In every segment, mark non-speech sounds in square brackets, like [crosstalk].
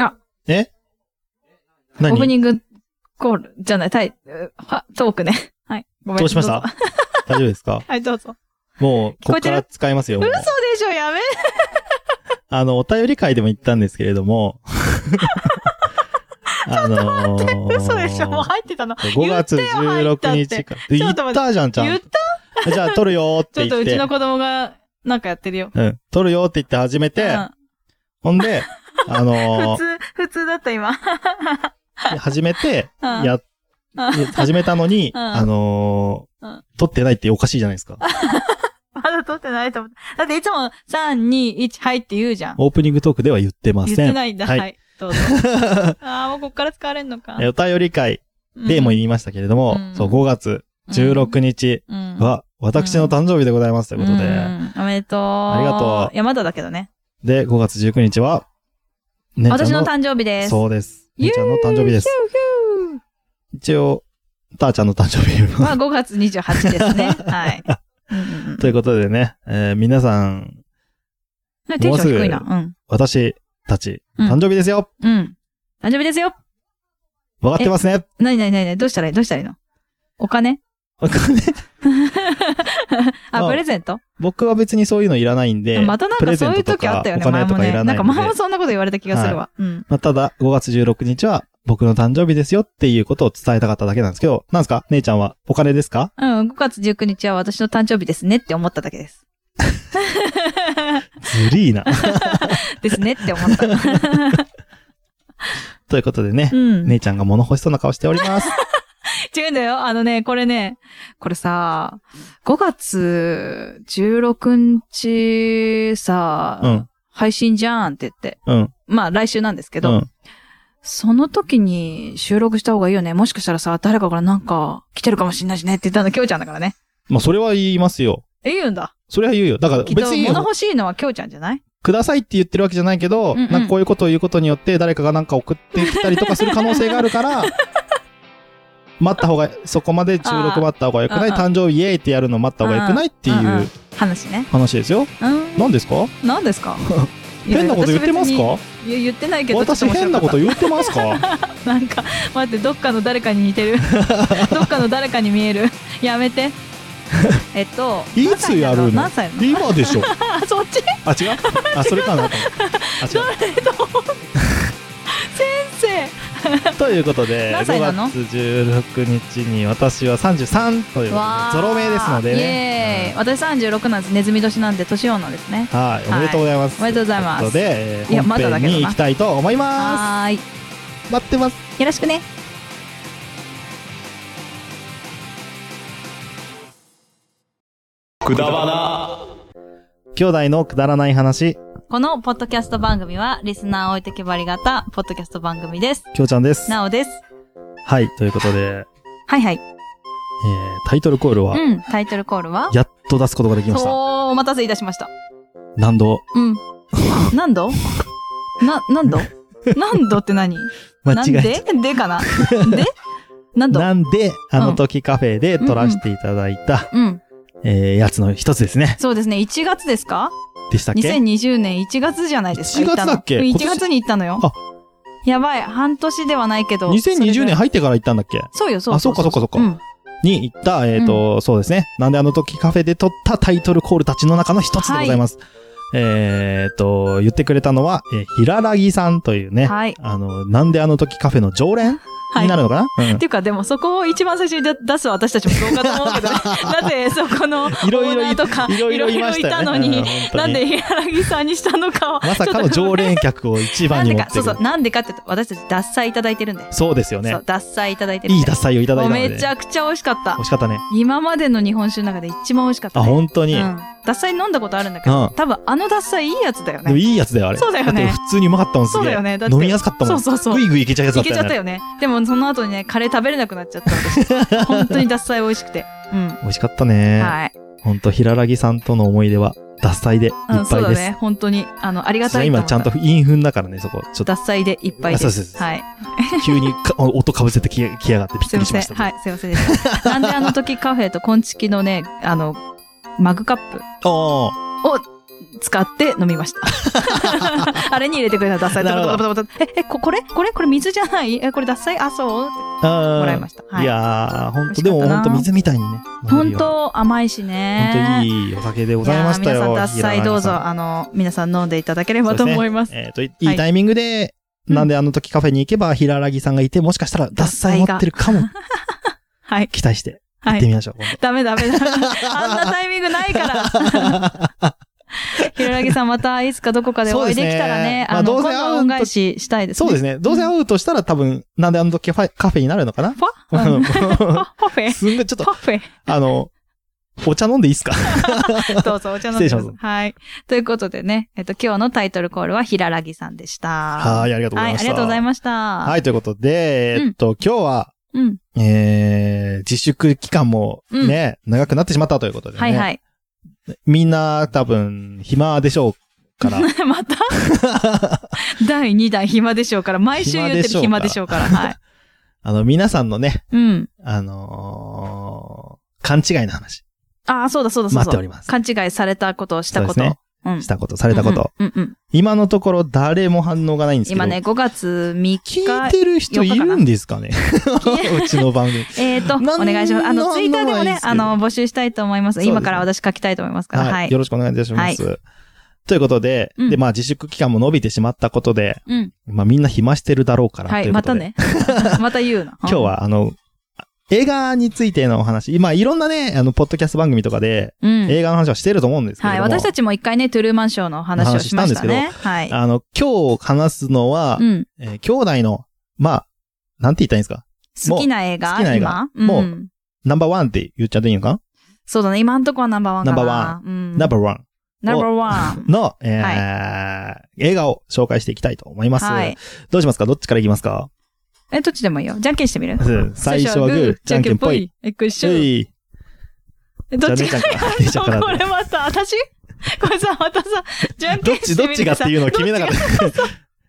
あ。えオープ何ニングコールじゃない、タイ、うはトークね。 [laughs] はい。ごめんどうしましぞた大丈夫ですかはい、どうぞ。 [laughs] もう、ここえこてかるら使えますよ。もう嘘でしょ、やめ。あの、お便り会でも言ったんですけれど [laughs] も。あのー嘘でしょ、もう入ってたの。 5月16言日っか。よ入言っったってたじゃん、ちゃ言っんたと。じゃあ、撮るよーっちょてっと言うっちての。子供がなんかやってるよ。うん。撮るよって言って始めて、うほんで、あん、普のー通、普通だった今。始めて、うんや、うん始めたのに、うんあのーうん撮ってないっておかしいじゃないですか。 [laughs] まだ撮ってないと思った。だっていつも3、2、1、はいって言うじゃん。オープニングトークでは言ってま言っせてん。ないんだ。は、はいいどう [laughs] ぞ。ああ、もうこっから使われんのか。えお便り会うんでも言いましたけれども、うんそう、5月16日うんは、私の誕生日でございますということで、うんおめでとう。ありがとういや、まだだけどね。で、5月19日は、ね私の誕生日です。そうです。イエーイ姉ちゃんの誕生日です。一応、たーちゃんの誕生日 [laughs] まあ、も。 5月28です [laughs] ね。はい。うんうんうんということでね、えー皆さん、ねテンション低いな。うん。私たち、うん誕生日ですようん。誕生日ですよ。わかってますねなになになになにどうしたらいいどうしたらいいのお金わかんないあ、まあプレゼント僕は別にそういうのいらないんで、またなんプレかゼそンういうトと時あかったよおね、前金ともかいらね。なないんかので前もそんなこと言われた気がするわ。うん。まあ、ただ、5月16日は僕の誕生日ですよっていうことを伝えたかっただけなんですけど、なんですか姉ちゃんはお金ですかうん、5月19日は私の誕生日ですねって思っただけです。 [laughs] ずりーな。 [laughs] ですねって思った。ということでねう、ん。姉ちゃんが物欲しそうな顔しております。違うんだよ。あのね、これね、これさ、5月16日さ、うん、配信じゃんって言って。うん、まあ来週なんですけうど、ん。その時に収録した方がいいよね。もしかしたらさ、誰かからなんか来てるかもしんないしねって言ったの、きょうちゃんだからね。まあ、それは言いますよ。え、言うんだ。それは言うよ。だからきっと別に、物欲しいのはきょうちゃんじゃないくださいって言ってるわけじゃないけど、うんうんなんかこういうことを言うことによって誰かがなんか送ってきたりとかする可能性があ [laughs] るから、待った方が、そこまで収録待った方が良くない、あー誕生日イエーイってやるの待った方が良くないっていんんう話ね。話ですよ。うん。何ですかなんです [laughs] かいや変なこと言ってますかいや、言ってないけど、私変なこと言ってますかなんか、待って、どっかの誰かに似て [laughs] る。どっかの誰かに見える。やめて。えっと、いつやるの何歳なの今でしょあ、そっちあ、違うあ、それかなと思ったあ、違う。先ということで、何歳5な月の16日に私は33とい生。うことわーで、ゾロ目ですのでイエーイ、ね。私36なんです。ネズミ年なんで、年女ですね。うんはい、おめでとうございます。おめでとうございますということで、えいやーま本だだ編けどなに行きたいと思いまはーい。す。待ってます。よろしくね。くだばな。兄弟のくだらない話、このポッドキャスト番組は、リスナー置いてけばり型、ポッドキャスト番組です。きょうちゃんです。なおです。はい、ということで、はいはい。えータイトルコールは、うん。タイトルコールはやっと出すことができました。そう、お待たせいたしました。何度うん。 [laughs] 何度な、何度何度って何間なん違えでで [laughs] かなで何度なんで、あうんの時カフェで撮らせていただいた、うん。えーやつの一つですね。そうですね。1月ですかでしたっけ ?2020 年1月じゃないですか。 1月だっけ行今ったの年 ?1 月に行ったのよあ。やばい。半年ではないけど。 2020年入ってから行ったんだっそけれぐらいそうよ、そうあ、そっかそっかそっか。うん。に行った、えっ、と、そうですね。なんであの時カフェで撮ったタイトルコールたちの中の一つでございます。えっ、と、言ってくれたのは、えー、ひららぎさんというね、はいあの、なんであの時カフェの常連はいになるのかな、うんっていうか、でもそこを一番最初に出出す私たちもどうかと思うけ [laughs] どね。なぜそこのオいろいーろナーとか、いろいろいましたよねいろいろいたのにうん本、当になんで柳さんにしたのかは。まさかのちょっと常連客を一な番んでに持かっ、てそくうそ、る。そうなんでかって言うと私たち脱菜いただいてるんで。うですよねそう、。脱菜いただいてるんいで。い脱菜をいただいもうたので。めちゃくちゃ美味しかった惜。しかったね。今までの日本酒の中で一番美味しかった、あ、ね。本当に。うん。脱菜飲んだことあるんだけど、うん多分あの脱菜いいやつだよでもね。いいやつだよ、あれ。そうだよねって普通にうまかったもん、すげえ。そうだよねだって飲みやすかったもん。そうそうそうぐいぐいいけちゃうやつだいったけよちゃね。ったよね。でもその後にね、カレー食べれなくなっちゃった [laughs] 私。本当に脱菜美味しくて。うん。美味しかったね。はい。ほんと、ひららぎさんとの思い出は、脱菜でいっうぱいん、です。そうだね。本当に。あの、ありがそたれいと思今ったちゃんと韻踏んだからね、そこ。ちょっと脱菜でいっぱいであす。そうそうそうはい。急にか音かぶせてきやきやがってびすっいくまりしせん。ました。はい、すいませんで [laughs] した。なんであの時カフェとコンチキのね、あの、マグカップああ、を使って飲みました。 [laughs] あれに入れてくれたダサい。なるほどダサいダサいダサいえ、え、ここれこれこれ水じゃないえ、これダサいあ、そうってももらいました。はいい。やー、ほんと、美味しかでっもたなほんと水みたいにね。飲め本るよ当甘いしほんね。といいいお酒でございましたよ。やー皆さん、ダサい平ど野うさんぞ、あの、皆さん飲んでいただければと思います。えっ、と、いいいタイミングで、なんであの時カフェに行けば、平らぎさんがいて、もしかしたら、脱菜持ってる [laughs] かも、はい。期待して、は行ってい。みましょう。ダメ [laughs] ダメダメ。あんなタイミングないから。 [laughs] ひろらぎさん、またいつかどこかでお会いできたらね、そうですねまああの、どうせ今会うと度恩返ししたいですそね。うですす。ね。どうせ会うとしたら、多分、なんであの時カフェカフェになるのかなパ [laughs] うんパフェすんごい、ちょっと、パ [laughs] フェあの、お茶飲んでいいっすかどうぞ、お茶飲んでくださ失礼いし。はい。ということでね、えっと、今日のタイトルコールは、ひららぎさんでした。は、はいありがとうございい、[laughs] まあした。りがとうございまました。。はいい、ということで、えっと、今日は、うん。えー、自粛期間もね、長くなってしまったということでね。はいはい。みんな多分、暇でしょうから。 [laughs] また [laughs] 第2弾、暇でしょうから、毎週言ってる暇暇ででししょうから、はい。あの、皆さんのね、うん。あのー勘違いの話、ああ、そうだそうだそう待だってお。ります。勘違いされたことをしたこそと。うですうん。したこと、されたこと。うんうんうんうん。今のところ誰も反応がないんですけど。今ね、5月3聞い日、てる人いるんですかね [laughs] うちの番組。えっ、と、おなん願いします。あなんの、ツイッターでなもんないでねす、けどあの、募集したいと思いまそす。うですね今から私書きたいと思いますから、[laughs] は。はいい。よろしくお願いいたします。ということで、うんで、まあ自粛期間も伸びてしまったことで、うん。まあみんな暇してるだろうから。はとい、うこまとたで。ね。 [laughs] また言うな。 [laughs] 今日。は、あの、映画についてのお話、今、いろんなね、あの、ポッドキャスト番組とかで、うん。映画の話はしてると思うんですけれはどい。も、私たちも一回ね、トゥルーマンショーの話をしましたね。はい。あの、今日話すのは、うん。えー兄弟の、まあ、なんて言ったらいいんですか好きな映画好きな映画今。もうんナンバーワンって言っちゃっていいのかそうだね。今んとこはナンバーワンかな。ナンバーワン。うん。ナンバーワンナンバーワン。の、えー映画を紹介していきたいと思います。はい。どうしますかどっちからいきますかえ、どっちでもいいよ。じゃんけんしてみる最初はグー、じゃんけんぽい。。え、これ一緒う。いえどっちじゃかあ [laughs] 姉ちゃんからそうこれまた、私これさ、またさ、じゃんどけっんちしどてっみてちがっていうのを決めなかった。 [laughs]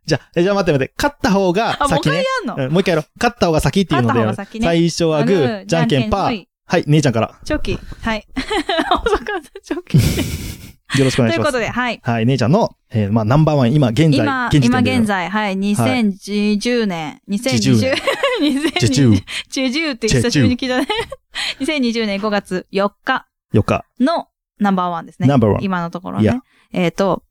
じゃあ、えじゃあ待って待って。勝った方があ、もう一先回ね。やんのうんもう一回やろう。勝った方が先っていうのでやろう勝った方が先ね最初はグー、じゃんけんパー。。はい、姉ちゃんから。チョキ。はい。 [laughs] 遅かった、チョキ。よろしくおと願いいしうまこすと。で、はい。はい、姉ちゃんの、えーまあ、ナンバーワン、今、現在、今、時点今で現在、はい、2020年、2020 [laughs] 受注2020、2020って久しぶりに聞いたね。2020年5月4日4日。のナンバーワンですね。ナンバーワン今のところいやね。えっと、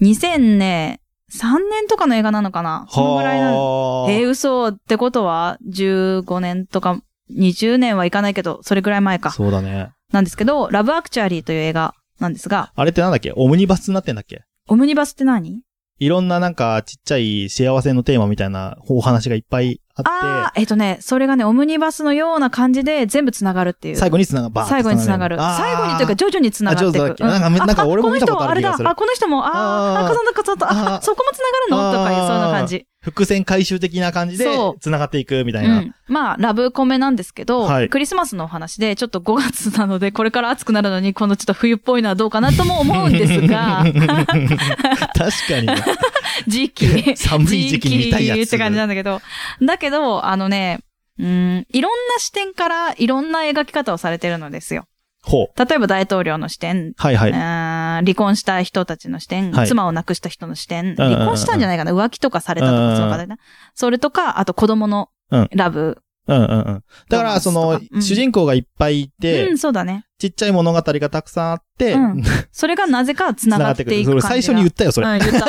2000年、3年とかの映画なのかなそのぐらいなの。はえー、嘘ってことは、15年とか、20年はいかないけど、それぐらい前か。そうだね。なんですけど、ラブアクチュアリーという映画なんですが、あれってなんだっけオムニバスになってんだっけオムニバスって何いろんななんか、ちっちゃい幸せのテーマみたいなお話がいっぱいああっあー、えっ、とね、それがね、オムニバスのような感じで全部繋がるっていて、う。最後につなが、バー最後に繋がる。あー最後にというか、徐々に繋がっていあく徐々。だっけなんかなんか俺も見たことある気がするあ、この人も、あーあーあ、重なった重なった。ああー、そこも繋がるのとかいう、あーそんな感じ。伏線回収的な感じでそ、うつながっていくみたいうな。ん。まあ、ラブコメなんですけど、はい、クリスマスのお話で、ちょっと5月なので、これから暑くなるのに、このちょっと冬っぽいのはどうかなとも思うんですが [laughs] 確かにね。時期。寒い時期に見たいやつ。時期って感じなんだけど。だけど、あのね、うん、いろんな視点からいろんな描き方をされてるのですよ。ほう。例えば大統領の視点、はいはうーい。ん離婚した人たちの視点、はい妻を亡くした人の視点、うんうんうん離婚したんじゃないかな、浮気とかされたとうんうんうんか、その方ねそれとか、あと子供のうんラブ。うんうんうん。だから、そロマのンスとかう、ん主人公がいっぱいいてうん、、そうだね。ちっちゃい物語がたくさんあって、うんそれがなぜか繋がっていそく感れじが。最初に言ったよ、それ。うん、言った。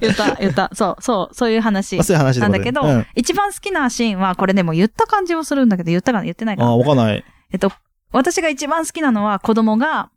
言った、 [laughs] 言った。そう、そう、そういう話ま [laughs] あ。そういう話でなごんざいだまけすど、うん一番好きなシーンは、これでも言った感じもするんだけど、言ったかな言ってないかあなあ、わかんない。えっと、私が一番好きなのは子供が、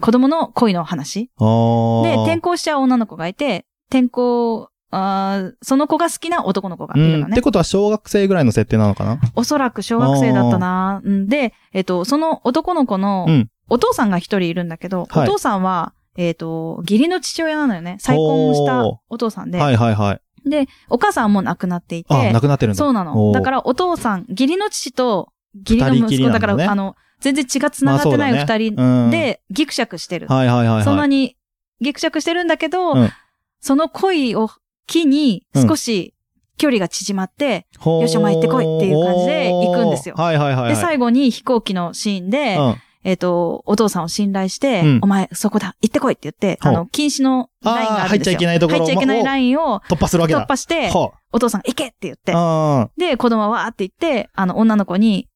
子供の恋の話。ああ。で、転校しちゃう女の子がいて、転校、あーその子が好きな男の子がいるうん。のってね。ことは、小学生ぐらいの設定なのかなおそらく小学生だったなうんで、えっと、その男の子のうんお父さんが一人いるんだけど、はいお父さんは、えっと、義理の父親なのよね。再婚したおーお父さんで。はいはいはい。で、お母さんはもう亡くなっていて、あ、なくなってるんだ。そうなおの。ーだからお父さん、義理の父と義理の二人き息りな子んだかだら、ねあの、全然血が繋がってないまあそうだ二人うん、で、ギクシャクしてる。はいはいはいはい。そんなにギクシャクしてるんだけど、うんその恋を機に少し距離が縮まって、ほーよっしゃお前行ってこいっていう感じで行くんですよはいはいはいはい。で、最後に飛行機のシーンで、後、えっ、と、お父さんを信頼して、うんお前、そこだ、行ってこいって言って、ほうあの、禁止のラインがあるんですよ。あー入っちゃいけないところ入っちゃいけないラインを突破するわけだ。突破して、はお父さん行けって言って、あ。うん。で、子供はわーって言って、あの、女の子に、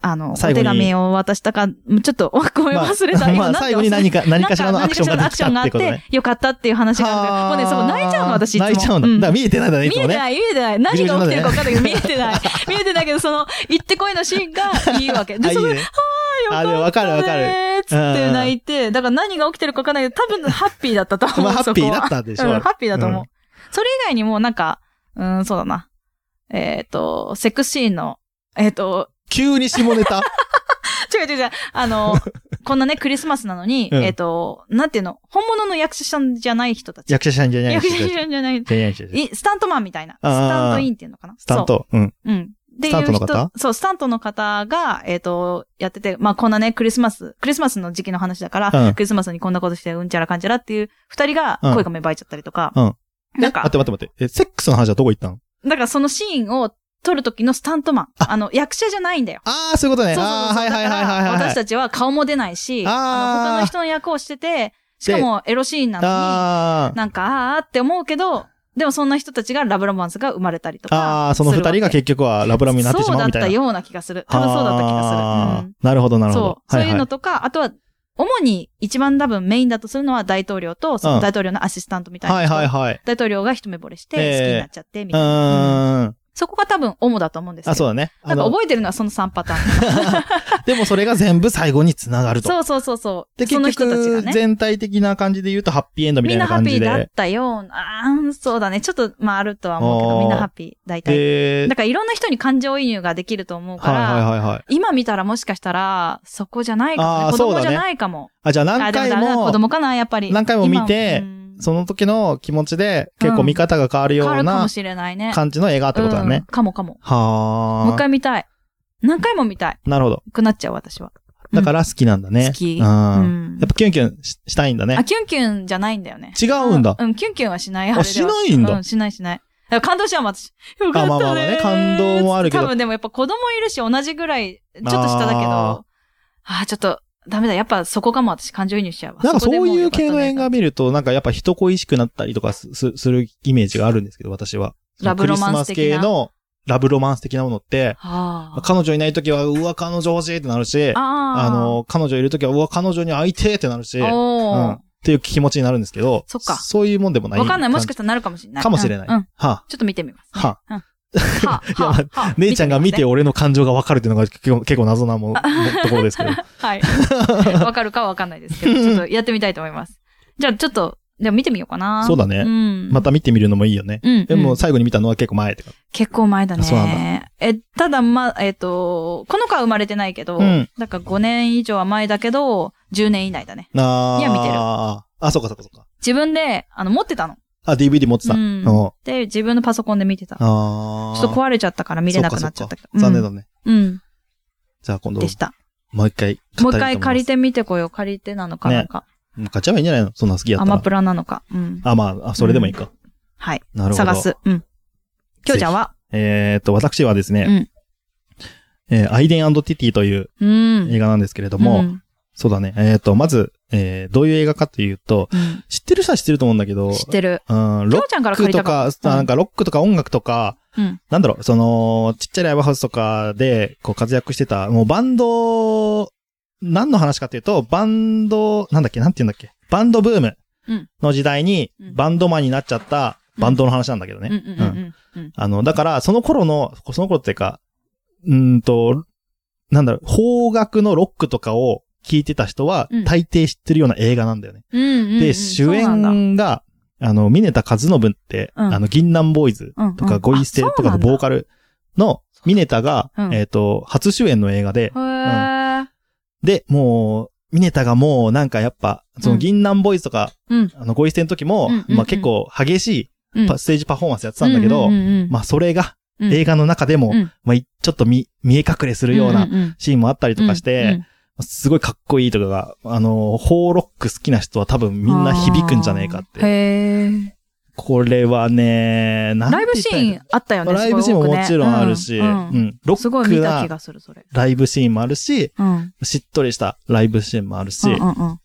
あの、お最後手に紙を渡したか、ちょっと、 [laughs] ごめん、まあ忘れた。今まなあ、んて最後に何か、何かしらのアクションがなんか何かできしらたのっアてクションがことあねって。、よかったっていう話があるんだけど、もうね、そう、泣いちゃうの、私、いつも。泣いちゃうんだ。だから見えてないんだね、いつ見えもてね。ない、見えてない。何が起きてるか分かんないけど、見えてない。見えてないけど、その、行ってこいのシーンがいいわけ。あ、で、いいその、ね。あ、でもわかるわかる。ねーっつって泣いて、だから何が起きてるか分かんないけど、 [laughs] 多分ハッピーだったと思う。まあ、ハッそこピはーだったでしょ。うん、ハッピーだと思う。うんそれ以外にも、なんか、うん、そうだな。えっ、と、セクシーの、えっ、と、急に下ネ [laughs] タ違う違う違う、あ [laughs] の、こんなね、クリスマスなのに、うんえっ、と、なんていうの、本物の役者さんじゃない人たち。役者さんじゃない役し。者さんじゃない。じゃないし。いスタントマンみたいな。スあータントインっていうのかなスタント。うん。そう。うん。っていうスタントの方人そう、スタントの方が、えっ、と、やってて、まあ、こんなね、クリスマス、クリスマスの時期の話だから、うんクリスマスにこんなことして、うんちゃらかんちゃらっていう、二人がうん声が芽生えちゃったりとか、うんえなんか待って待って待って。え、セックスの話はどこ行ったのだからそのシーンを撮る時のスタントマン。あの、役者じゃないんだよ。ああ、そういうことね。そうそうあそあ、はう。いだはいかはいはいら、はい。私たちは顔も出ないし、あーあの他の人の役をしてて、しかもエロシーンなのあに、なんか、あーって思うけど、でもそんな人たちがラブロマンスが生まれたりとあ。か。ああ、その二人が結局はラブラムになってしまうみたそういな。だったような気がする。多分そうだった気があすーる。なるほど、なうん、るほどそ。う。そういうのとか、あとは、主に一番多分メインだとするのは大統領と、その大統領のアシスタントみたいなはい人。はいはい。大統領が一目惚れして、好きええになっちゃって、みうたいな。うんーん。そこが多分主だと思うんですけど。あ、そうだね。なあんかの、覚えてるのはその3パター [laughs] ン。でもそれが全部最後につながると。そうそうそうそう。で、そ結の人たちが局、ね。全体的な感じで言うとハッピーエンドみたみいんななハ感ッピじーだっで。たような、あーそうだね。ちょっと、まああるとは思うけあど、ーみんなハッピー、大体。でだ、からいろんな人に感情移入ができると思うかはいら、はいはいはい。今見たらもしかしたら、そこじゃないかも、あね。ー子そう供だじねゃないかも。あ、じゃあ何あ、でも回ダメだ、子も、供かな、やっぱり。何回も見て今うんその時の気持ちで結う構ん見方が変わるよ変わうるかなもしれないね。感じの映画ってことだうんね。かもかも。もうは一あ。回見たい。何回も見たい。なるほど。くなっちゃう、私は。だから好きなんだね。好きうん。やんっぱキュンキュンししたいんだあ、ね。キュンキュンじゃないんだよね。違うんだあうん、キュンキュンはしない。あれではしないんだうん、しないしない。だから感動しちゃうもん、私。よかったねー。あまあまあまあね感動もあるけど多分でもやっぱ子供いるし、同じぐらい、ちょっと下だけど、あああー、ちょっと、ダメだ。やっぱそこがもう私感情移入しちゃうわ。なんかこそでもういうよかった系ねの映画見ると、なんかやっぱ人恋しくなったりとかすすするイメージがあるんですけど、私は。ラブロマンス的なクリスマス系のラブロマンス的なものって、あー彼女いない時は、うわ、彼女欲しいってなるし、ああー。の、彼女いる時は、うわ、彼女に会いてーってなるし、うん、っおーていう気持ちになるんですけど、そっかそういうもんでもない。わかんない。もしかししたらなるかもしれない。かもしれない。うん。うんはちょっと見てみますね。はうん。ははやはは [laughs] 姉ちゃんが見てみ俺の感情がわかるっていうのが結構結構謎なもんもところで [laughs] すけど。ますね [laughs] はい。わかるかはわかんないです [laughs] けど、ちょっとやってみたいと思います。じゃあちょっと、じゃあ見てみようかな。そうだねうん。また見てみるのもいいよね。うん、うん。でも最後に見たのは結構前ってか。結構前だね。あそうなんえ、ただ、ま、えっ、と、この子は生まれてないけど、うんだから5年以上は前だけど、10年以内だね。あーいや見てるあ、そうかそうかそうか。自分で、あの、持ってたの。あ、DVD 持ってた。ううんん。あで、自分のパソコンで見てた。ちょあ。っと壊れちゃったから見れなくなっちゃったけど。残念だ。だね。うん。じゃあ今度で、した。もう一回。もう一回借りて。てみてこよう。借りてなのかねなんか。もう買っちゃえばいいんじゃないのそんなの好きやっアたら。マプラなのか。うん。あ、まあ、あそれでもいいか。はい。なるほど。探す。うん。きょうちゃんはえーっと、私はですね、えーアイデンティティといううん。映画なんですけれどうも、んそうだね。えーっと、まず、えーどういう映画かというと、うん知ってる人は知ってると思うんだけど、知ってる。うん、きロょうちゃんからック借りとたかか、うんなんかロックとか音楽とか、ら。うん。なんだろう、その、ちっちゃいライブハウスとかで、こう活躍してた、もうバンド、何の話かというと、バンド、なんだっけ、なんて言うんだっけ、バンドブームうんの時代にう、んバンドマンになっちゃった、うんバンドの話なんだけどね。うんうんうんうん。あの、だから、その頃の、その頃っていうか、うーんと、なんだろう、邦楽のロックとかを聞いてた人はうん、大抵知ってるような映画なんだよね。うんうんうん。で、主そうなんだ演が、あの、ミネタカズノブンって、うんあの、銀杏ボーイズうんうんとか、ゴイステとかのボーカルのミネタが、うんえっ、と、初主演の映画で、へえ。で、もう、ミネタがもうなんかやっぱ、そうのん銀杏ボーイズとか、うんあの、ゴイステの時うも、んうんうんまあ結構激しういんパステージパフォーマンスやってたんだけうんど、うんうんうんまあそれがうん映画の中でも、うんまあいちょっと見、見え隠れするようなシーンもあったりとかして、うんうんすごいかっこいいとかが、あの、ホーロック好きな人は多分みんな響くんじゃねえかってへえ。これはね、なんてライブシ言ったらいいのーンあったよね。ライブシーンももちろんあるすし、ごい多くねうんうんロすごッいク見た気ながする、それ。ライブシーンもあるし、うん。しっとりしたライブシーンもあるし、うんうんうん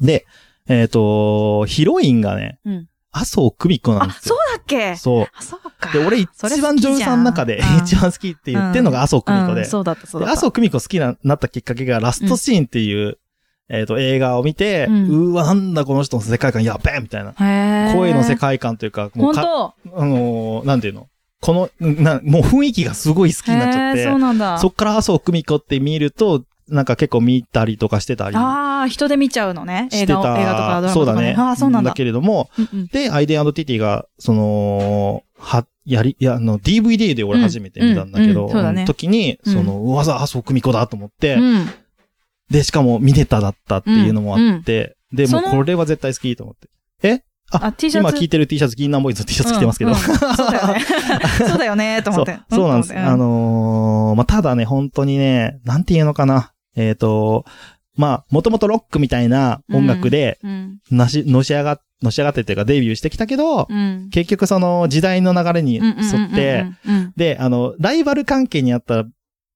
で、えっ、と、ヒロインがね、うん麻生久美子なんあで、すそよ。うだっけそう。あ、そうか。で、俺一それ好番きじ女ゃん優さんの中で、うん一番好きって言ってるのが麻生久美子で、うんそうだった、そうでだっ麻た。生久美子好きな、なったきっかけが、ラストシーンっていう、えっ、と、映画を見て、ううんーわ、なんだこの人の世界観やっべえみたいな。へー声の世。界観というか、本もうか、当あのーなんていうのこの、な、もう雰囲気がすごい好きになっちゃっへて、ーそうなんだ。そっから麻生久美子って見ると、なんか結構見たりとかしてたりああ、人で見ちゃうのね。し映て画た。を映画とかドラマそとうだかね。ああ、そうなんだ。けれども、うんうんで、アイデンティティが、その、は、やり、いや、あの、DVD で俺初めて見たんだけうんど、うんそうだね時に、うんその、うわざ、麻生久美子だと思って、うん。で、しかも、ミネタだったっていうのもあって、で、もそうのこれは絶対好きと思って。あ、T シャツ。今着いてる T シャツ、銀杏ボーイズの T シャツ着てますけど。うんうんそうだよ [laughs] ね。そうだよね、と思そっうて。、そうなんです。と思ってあ、のーまあ、ただね、本当にね、なんて言うのかな。えっ、と、まあ、もともとロックみたいな音楽で、うん。なし、のし上が、のし上がってっていうかデビューしてきたけど、うん。結局その時代の流れに沿うんっ、うて、んうんうん [laughs] うんで、あの、ライバル関係にあった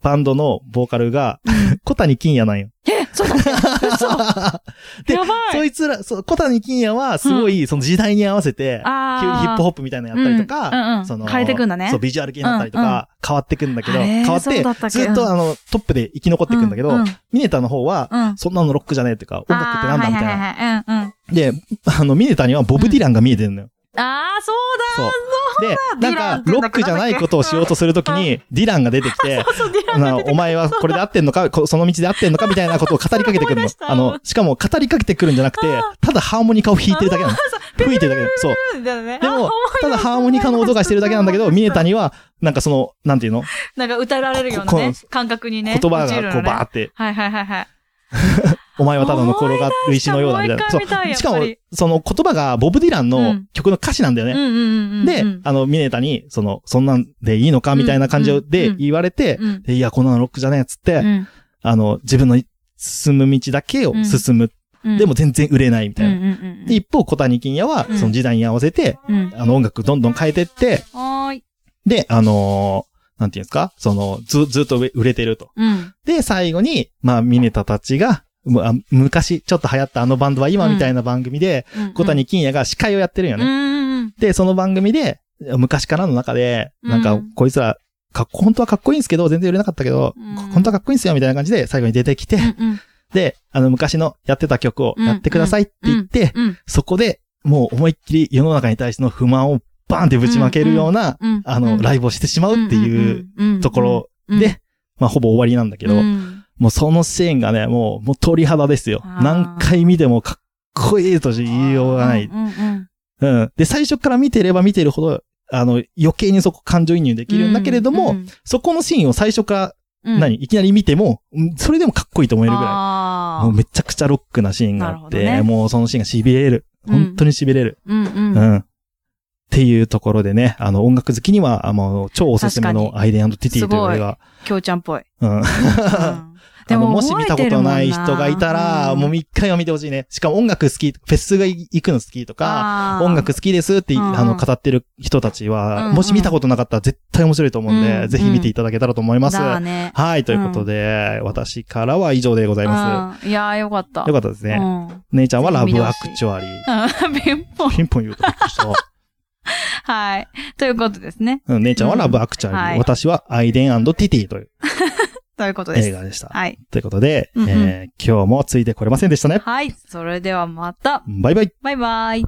バンドのボーカルが、小谷金也なんよ。え、そうだっけ [laughs] 嘘でやばいそいつら、そう小谷金也はすごい、その時代に合わせて、あ急にヒップホップみたいなのやったりとか、うんうんうんその、変えてくんだねそう、ビジュアル系になったりとか、変わってくんだけど、あれ変わっそうだったて、っけずっとあの、トップで生き残っていくんだけど、ううんミネタの方は、うんそんなのロックじゃねえっていうか、音楽ってなんだみたいな。な。うんうん。で、あの、ミネタにはボブ・ディランが見えてるのよ。ああ、そうだそう。で、ディなランんか、ロックじゃないことをしようとするときに、ディランが出てき [laughs] て、あのお前はこれで合ってんのか、 [laughs] こその道で合ってんのかみたいなことを語りかけてく思いるの出し。たあの、しかも語りかけてくるんじゃなくて、ただハーモニカを弾いてるだけなの。吹いてるだけなの。そ [laughs] う。だよね。でもあ、ただハーモニカの音がしてるだけなん [laughs] だけど、ミネタには、なんかその、なんていうのなんか歌られるようなここねの、感覚にね。言葉陥るがのこうねバーって、はいはいはいはい。お前はただの転がる石のようだみたいな。思そい出したもうう。一しか回見たもいやっぱり、その言葉がボブ・ディランうのん曲の歌詞なんだようんね。うんうんうん。で、あの、ミネタに、その、そんなんでいいのかみたいな感じをうんでうん言われて、うんでいや、こんなのロックじゃねえっつって、うんあの、自分の進む道だけを進む。うんでも全然売れないみたいうな。んうんうんで、一方、小谷金也はう、んその時代に合わせて、うん。あの音楽どんどん変えてって、はーい。で、あのーなんていうんですかその、ず、ずっと売売れてると。うん。で、最後に、まあ、ミネタたちが、むあ昔、ちょっと流行ったあのバンドは今みたいな番組で、小谷金也が司会をやってるようね。んうんで、その番組で、昔からの中で、なんかうん、こいつら、かっこ、本当はかっこいいんですけど、全然売れなかったけど、うん本当はかっこいいんですよ、みたいな感じで、最後に出てきて、うんうんで、あの、昔のやってた曲をやってくださいって言って、うんうんうんそこでもう思いっきり世の中に対しての不満をバーンってぶちまけるような、うん。あの、ライブをしてしまうっていううところうんで、まあ、ほぼ終わりなんだけど、うんもうそのシーンがね、もう、もう鳥肌ですよ。あー何回見てもかっこいいとし言いようがない。うんうんうん。で、最初から見てれば見てるほど、あの、余計にそこ感情移入できるんだけれども、、そこのシーンを最初から、うん、何いきなり見ても、うんそれでもかっこいいと思えるぐらい。あもうーめちゃくちゃロックなシーンがあっなるほどて、ねもうそのシーンが痺れる。うん本当に痺れる。うんうんうん。っていうところでね、あの、音楽好きには、あの、超おすすめ確かのにアイデンティティという映画。きょうちゃん [laughs] っぽい。うん。うんでも、もし見たことない人覚えてるもんがいたら、もう一回は見てほしいね。しかも音楽好き、フェスが行くの好きとか、あー音楽好きですって、うんうんあの、語ってる人たちうんは、うんもし見たことなかったら絶対面白いと思ううんんうで、んぜひ見ていただけたらと思います。だね。はい、ということで、私からは以上でございまうんいやーよかった。す。よかったですね。うん姉ちゃんはラブアぜひク見てほしいチュアリー。うん [laughs] 貧乏。ピンポン言うとびっくりした。はい。ということですね。うん姉ちゃんはラブアクチュアリー、うんはい私はアイデンティティというということで映す。画でした。はい。ということで、うんうんえー今日もついてこれませんでしたね。はい。それではまた。バイバイ。バイバイ。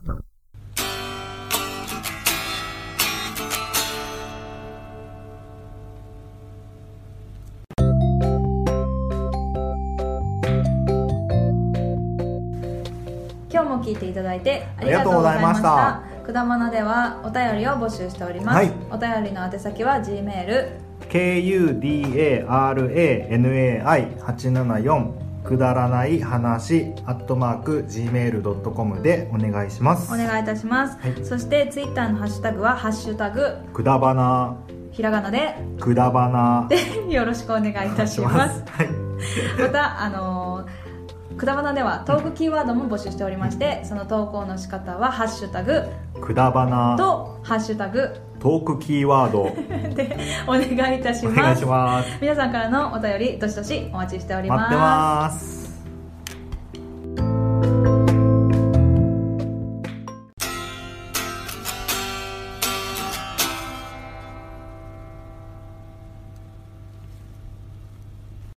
今日も聞いていただいてあありりががととううごござざいいままししたた果物ではお便りを募集しております、はいお便りの宛先は G メール KUDARANAI874 くだらない話アットマーク Gmail.com でお願いしますお願いいたします、はいそしてツイッターのハッシュタグは「ハッシュタグくだばなひらがなでくだばな」よろしくお願いいたしますはいまたあのーくだばなではトークキーワードも募集しておりまして、その投稿の仕方はハッシュタグくだばなとハッシュタグトークキーワードでお願いいたしおま願い [laughs] すします皆さんからのお便りどしどしお待ちしており待ってます